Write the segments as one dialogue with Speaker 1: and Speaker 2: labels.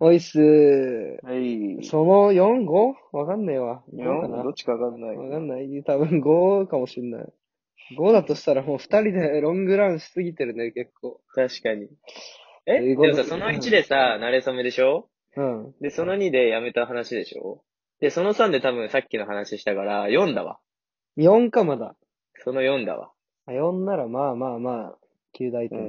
Speaker 1: おいっすー。
Speaker 2: はい。
Speaker 1: その 4?5? わかんないわ。
Speaker 2: い
Speaker 1: 5
Speaker 2: や
Speaker 1: かな
Speaker 2: どっちかわかんない。
Speaker 1: わかんない。多分5かもしんない。5だとしたらもう2人でロングランしすぎてるね、結構。
Speaker 3: 確かに。
Speaker 1: と
Speaker 3: え
Speaker 1: い
Speaker 3: で
Speaker 1: うこと
Speaker 3: も
Speaker 1: で
Speaker 3: さ、その1でさ、慣れ初めでしょ
Speaker 1: うん。
Speaker 3: で、その2でやめた話でしょで、その3で多分さっきの話したから、4だわ。
Speaker 1: 4かまだ。
Speaker 3: その4だわ。
Speaker 1: あ4ならまあまあまあ、9大
Speaker 2: う
Speaker 1: 点。
Speaker 2: ん。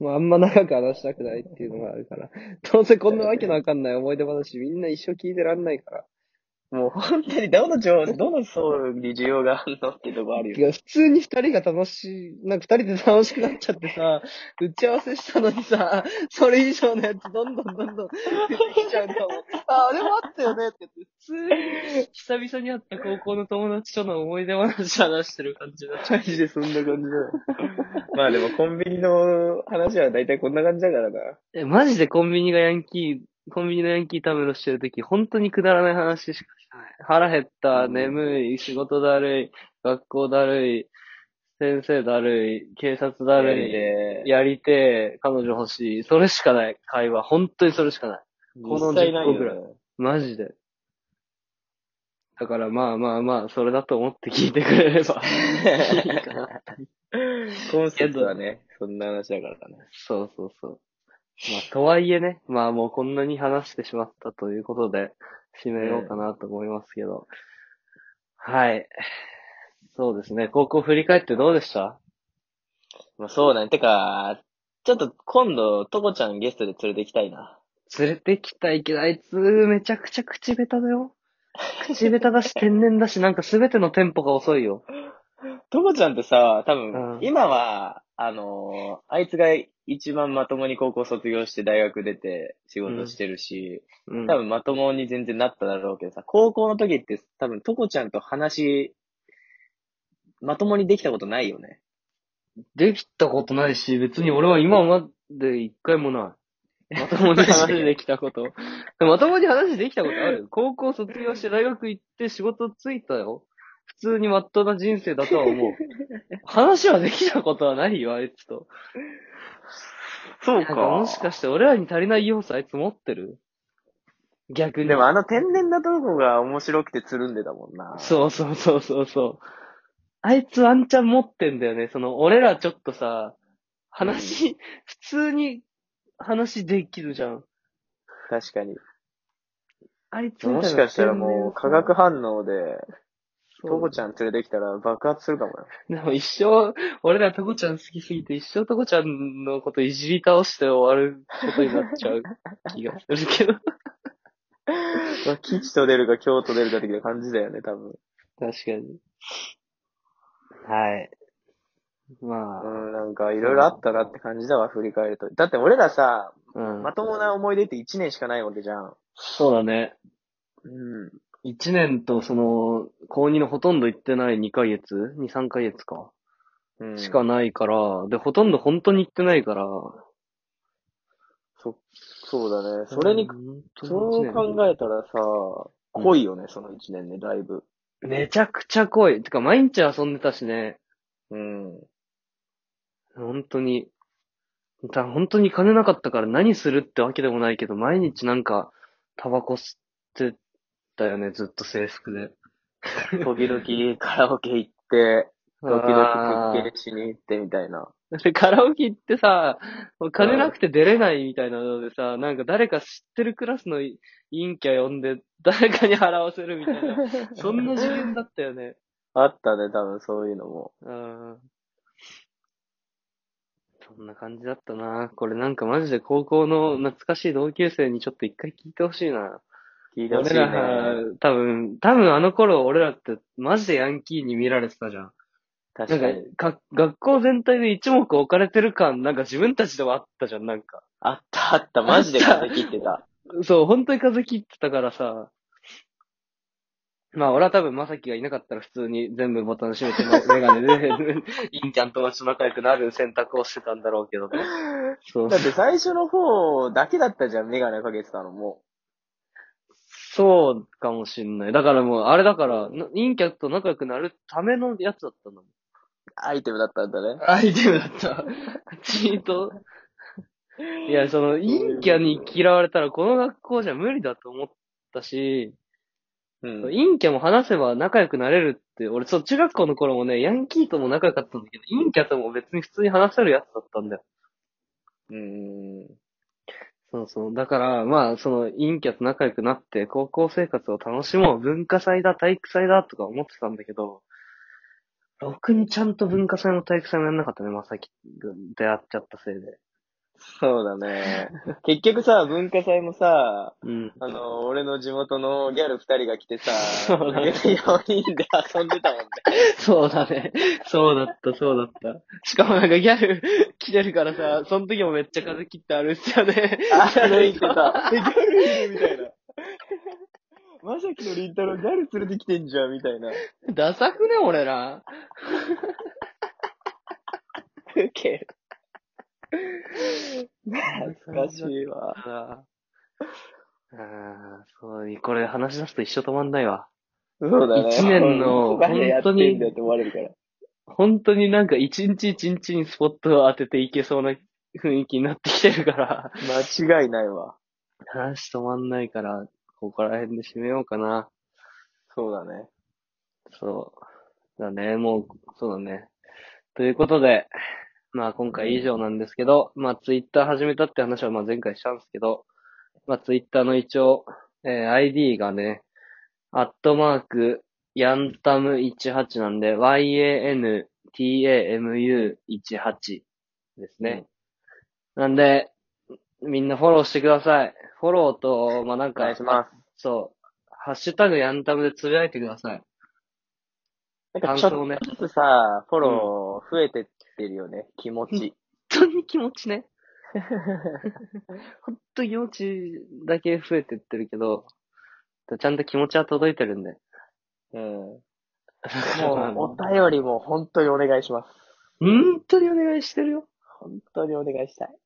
Speaker 1: もうあんま長く話したくないっていうのがあるから。どうせこんなわけのわかんない思い出話みんな一生聞いてらんないから。
Speaker 3: もう本当にどの情、どの層に需要があるのってとこある
Speaker 1: い
Speaker 3: よ。
Speaker 1: や、普通に二人が楽しい、なんか二人で楽しくなっちゃってさ、 打ち合わせしたのにさ、それ以上のやつどんどんど んどん出てきちゃうと思う。あ、あれもあったよねって言って、普通に久々に会った高校の友達との思い出話話してる感じだ。
Speaker 3: マジでそんな感じだよ。 まあでもコンビニの話は大体こんな感じだからな。
Speaker 1: え、マジでコンビニがヤンキー、コンビニのヤンキーためのしてるとき、本当にくだらない話しかしてない。腹減った、
Speaker 2: うん
Speaker 1: 眠い、仕事だるい、学校だるい、先生だるい、警察だるい、
Speaker 3: で、
Speaker 1: やりてえ、彼女欲しい、それしかない、会話。本当にそれしかない。この
Speaker 3: 実際ない
Speaker 1: 10個ぐらい
Speaker 3: よ
Speaker 1: マジで。だからまあまあまあ、それだと思って聞いてくれればいいかな。
Speaker 3: ね。コンセプトはね、そんな話だからね。
Speaker 1: そうそうそう。まあ、とはいえね、まあもうこんなに話してしまったということで、締めようかなと思いますけど。はい。そうですね、高校振り返ってどうでした
Speaker 3: まあそうだね。てか、ちょっと今度、とこちゃんゲストで連れて行きたいな。
Speaker 1: 連れてきたいけど、あいつ、めちゃくちゃ口下手だよ。口下手だし、天然だし、なんかすべてのテンポが遅いよ。
Speaker 3: とこちゃんってさ、多
Speaker 1: うん、
Speaker 3: 分今は、あのーあいつが一番まともに高校卒業して大学出て仕事してるし、
Speaker 1: うん。
Speaker 3: 多分まともに全然なっただろうけどさ、高校の時って多分とこちゃんと話、まともにできたことないよね。
Speaker 1: できたことないし、別に俺は今まで一回もない。まともに話できたこと。まともに話できたことある高校卒業して大学行って仕事ついたよ。普通にまっとうな人生だと は思う。話はできたことはないよ、あいつと。
Speaker 3: そ
Speaker 1: なんかもしかして俺らに足りない要素あいつ持ってる逆に。
Speaker 3: でもあの天然なとこが面白くてつるんでたもんな。
Speaker 1: そうそうそうそうそう。あいつワンチャン持ってんだよね。その、俺らちょっとさ、話、普通に話できるじゃん。
Speaker 3: 確かに。
Speaker 1: あいつみいな
Speaker 3: もしかしたらもう化学反応で、
Speaker 1: そう
Speaker 3: とこちゃん連れてきたら爆発するかもよ。
Speaker 1: でも一生、俺らトコちゃん好きすぎて一生トコちゃんのこといじり倒して終わることになっちゃ う気がするけど。
Speaker 3: まあ吉と出るか京と出るか的な感じだよね、多分。
Speaker 1: 確かに。はい。まあ、
Speaker 3: うん、なんかいろいろあったなって感じだわ、振り返ると。だって俺らさ、
Speaker 1: うん。
Speaker 3: まともな思い出って1年しかないわけじゃん。
Speaker 1: そうだね。
Speaker 3: うん。
Speaker 1: 一年とその、高2のほとんど行ってない2ヶ月 ?2、3ヶ月か。
Speaker 3: うん、
Speaker 1: しかないから、で、ほとんど本当に行ってないから。
Speaker 3: そ、そうだね。それに、
Speaker 1: うん
Speaker 3: そう考えたらさ、
Speaker 1: うん
Speaker 3: 濃いよね、その1年ね、だいぶ。
Speaker 1: めちゃくちゃ濃い。てか、毎日遊んでたしね。
Speaker 3: うん。
Speaker 1: 本当に。だ本当に金なかったから何するってわけでもないけど、毎日なんか、タバコ吸ってたよね、ずっと制服で。
Speaker 3: 時々カラオケ 行って、時々
Speaker 1: あ
Speaker 3: 設計しに行ってみた いな。
Speaker 1: ーでカラオケ行ってさ、もう金なくて出れないみたいなのでさ、なんか誰か知ってるクラスの委員会呼んで、誰かに払わせるみたい な。そんな次元だったよね。
Speaker 3: あったね、多分そういうのも。
Speaker 1: うんそんな感じだったな。これなんかマジで高校の懐かしい同級生にちょっと一回聞いてほしいな。
Speaker 3: 聞いてほし
Speaker 1: 俺
Speaker 3: いね。
Speaker 1: ら、多分、多分あの頃俺らってマジでヤンキーに見られてたじゃん。な
Speaker 3: 確かに
Speaker 1: ん。か、か学校全体で一目置かれてる感、なんか自分たちではあったじゃん、なんか。
Speaker 3: あったあった、マジで風切ってた。
Speaker 1: そう、本当に風切ってたからさ。まあ俺は多分まさきがいなかったら普通に全部ボタン閉めてメガネで、 インちゃん友達と仲良くなる選択をしてたんだろうけどね。そう
Speaker 3: だ。って最初の方だけだったじゃん、メガネかけてたのも。
Speaker 1: そうかもしんない。だからもう、あれだから、な陰キャと仲良くなるためのやつだったんだもん。
Speaker 3: アイテムだったんだね。
Speaker 1: アイテムだった。チート。いや、その、陰キャに嫌われたらこの学校じゃ無理だと思ったし、
Speaker 3: うん。
Speaker 1: 陰キャも話せば仲良くなれるって、俺、そう、中学校の頃もね、ヤンキーとも仲良かったんだけど、陰キャとも別に普通に話せるやつだったんだよ。
Speaker 3: うん。
Speaker 1: そうそう。だから、まあ、その、陰キャと仲良くなって、高校生活を楽しもう。文化祭だ、体育祭だ、とか思ってたんだけど、ろくにちゃんと文化祭も体育祭もやんなかったね、まさきが出会っちゃったせいで。
Speaker 3: そうだね。結局さ、文化祭もさ、
Speaker 1: うん。
Speaker 3: あの、俺の地元のギャル二人が来てさ、
Speaker 1: そうだね
Speaker 3: 4人で遊んでたもんね。
Speaker 1: そうだね。そうだった、そうだった。しかもなんかギャル 来てるからさ、その時もめっちゃ風切って歩いてたよね。
Speaker 3: 歩いてた。え、ギャルいるみたいな。まさきのりんたろギャル連れてきてんじゃん、みたいな。
Speaker 1: ダサくね、俺ら。
Speaker 3: ウケる。懐かしいわ。
Speaker 1: ああ、そう、これ話し出すと一生止まんないわ。
Speaker 3: そうだね。
Speaker 1: 一年 の
Speaker 3: 本当にやってんだよって思われるから。
Speaker 1: 本当になんか一日一日にスポットを当てていけそうな雰囲気になってきてるから、
Speaker 3: 間違いないわ。
Speaker 1: 話止まんないから、ここら辺で締めようかな。
Speaker 3: そうだね。
Speaker 1: そう。だね、もう、そうだね。ということで、まあ今回以上なんですけど、まあツイッター始めたって話はまあ前回したんですけど、まあツイッターの一応、えー ID がね、アットマーク、ヤンタム18なんで、yantamu18 ですね。なんで、みんなフォローしてください。フォローと、まあなん
Speaker 3: お願
Speaker 1: か
Speaker 3: いし、ます。
Speaker 1: そう、ハッシュタグヤンタムでつぶやいてください。
Speaker 3: なんかちょっ
Speaker 1: 感想ね
Speaker 3: とずつさ、フォロー増えてってるよね、気持ち。
Speaker 1: 本当に気持ちね。本当に気持ちだけ増えてってるけど、ちゃんと気持ちは届いてるんで。
Speaker 3: うん。もう、お
Speaker 1: も
Speaker 3: 便りも本当にお願いします。
Speaker 1: う、 本当にお願いしてるよ。
Speaker 3: 本当にお願いしたい。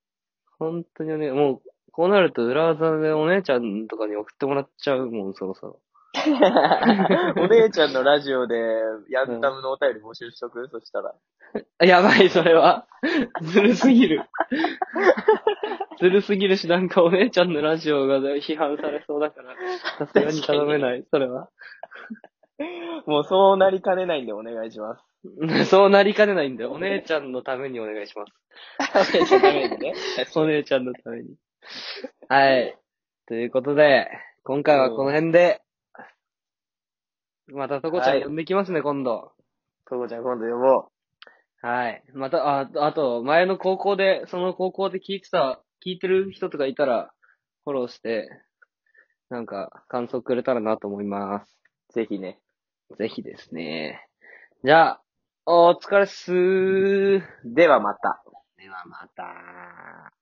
Speaker 1: 本当にお願い。もう、こうなると裏技でお姉ちゃんとかに送ってもらっちゃうもん、そろそろ。
Speaker 3: お姉ちゃんのラジオで、ヤンタムのお便り募集しとくそしたら。
Speaker 1: あやばい、それは。ずるすぎる。ずるすぎるし、なんかお姉ちゃんのラジオが批判されそうだから、さ すがに頼めない、それは。
Speaker 3: もうそうなりかねないんでお願いし ます。
Speaker 1: そうなりかねないんだよ。お姉ちゃんのためにお願いします。
Speaker 3: お姉ちゃんのために ね。
Speaker 1: お姉ちゃんのために。はい。ということで、今回はこの辺で、またとこちゃん呼んできますね、今度。
Speaker 3: とこちゃん今度呼ぼ
Speaker 1: はい。また、あ、あと、前の高校で、その高校で聞いてた、聞いてる人とかいたら、フォローして、なんか、感想くれたらなと思います。
Speaker 3: う。ぜひね。
Speaker 1: ぜひですね。じゃあ、お疲れっすー。
Speaker 3: ではまた。
Speaker 1: ではまた。